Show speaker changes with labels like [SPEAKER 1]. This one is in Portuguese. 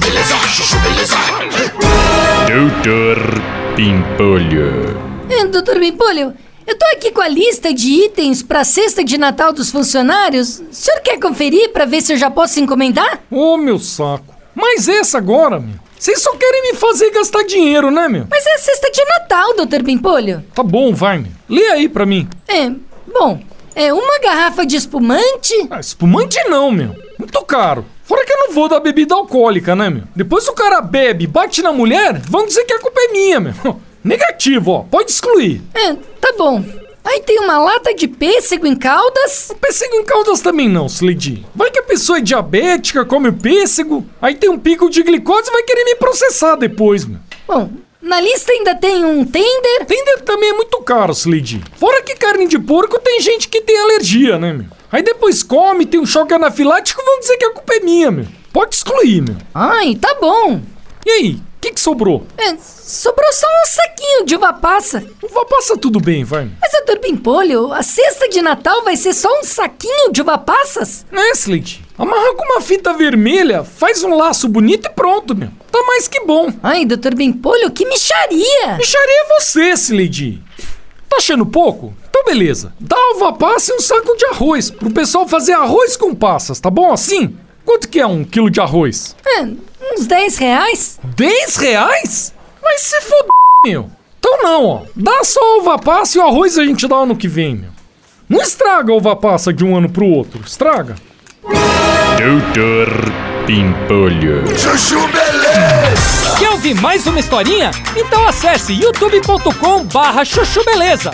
[SPEAKER 1] Beleza, chuchu, beleza.
[SPEAKER 2] Doutor Pimpolho.
[SPEAKER 3] É, Doutor Bimpolho, eu tô aqui com a lista de itens pra cesta de Natal dos funcionários. O senhor quer conferir pra ver se eu já posso encomendar?
[SPEAKER 4] Ô, meu saco. Mas essa agora, meu. Vocês só querem me fazer gastar dinheiro, né, meu?
[SPEAKER 3] Mas é a cesta de Natal, Doutor Bimpolho.
[SPEAKER 4] Tá bom, vai, meu. Lê aí pra mim.
[SPEAKER 3] É, bom, é uma garrafa de espumante,
[SPEAKER 4] Ah, espumante não, meu. Muito caro. Fora que eu não vou dar bebida alcoólica, né, meu? Depois o cara bebe, bate na mulher, vão dizer que a culpa é minha, meu. Negativo, ó. Pode excluir.
[SPEAKER 3] É, tá bom. Aí tem uma lata de pêssego em caldas.
[SPEAKER 4] Pêssego em caldas também não, Slidy. Vai que a pessoa é diabética, come pêssego, aí tem um pico de glicose e vai querer me processar depois, meu.
[SPEAKER 3] Bom, na lista ainda tem um tender.
[SPEAKER 4] Tender também é muito caro, Slidy. Fora que carne de porco tem gente que tem alergia, né, meu? Aí depois come, tem um choque anafilático, vão dizer que a culpa é minha, meu. Pode excluir, meu.
[SPEAKER 3] Ai, tá bom.
[SPEAKER 4] E aí, o que, que sobrou?
[SPEAKER 3] É, sobrou só um saquinho de uva passa.
[SPEAKER 4] Uva passa tudo bem, vai. meu.
[SPEAKER 3] Mas, doutor Pimpolho, a cesta de Natal vai ser só um saquinho de uva passas?
[SPEAKER 4] Né, Slidy? Amarra com uma fita vermelha, faz um laço bonito e pronto, meu. Tá mais que bom.
[SPEAKER 3] Ai, doutor Bimpolho, que micharia!
[SPEAKER 4] Micharia é você, Slidy. Tá achando pouco? Então beleza. Dá uva passa e um saco de arroz, pro pessoal fazer arroz com passas, tá bom assim? Quanto que é um quilo de arroz?
[SPEAKER 3] É, uns 10 reais?
[SPEAKER 4] 10 reais? Vai se foder, meu. Então não, ó. Dá só a uva passa e o arroz a gente dá ano que vem, meu. Não estraga a uva passa de um ano pro outro. Estraga.
[SPEAKER 2] Doutor Pimpolho.
[SPEAKER 1] Chuchu, beleza.
[SPEAKER 5] Quer ouvir mais uma historinha? Então acesse youtube.com barra chuchu beleza.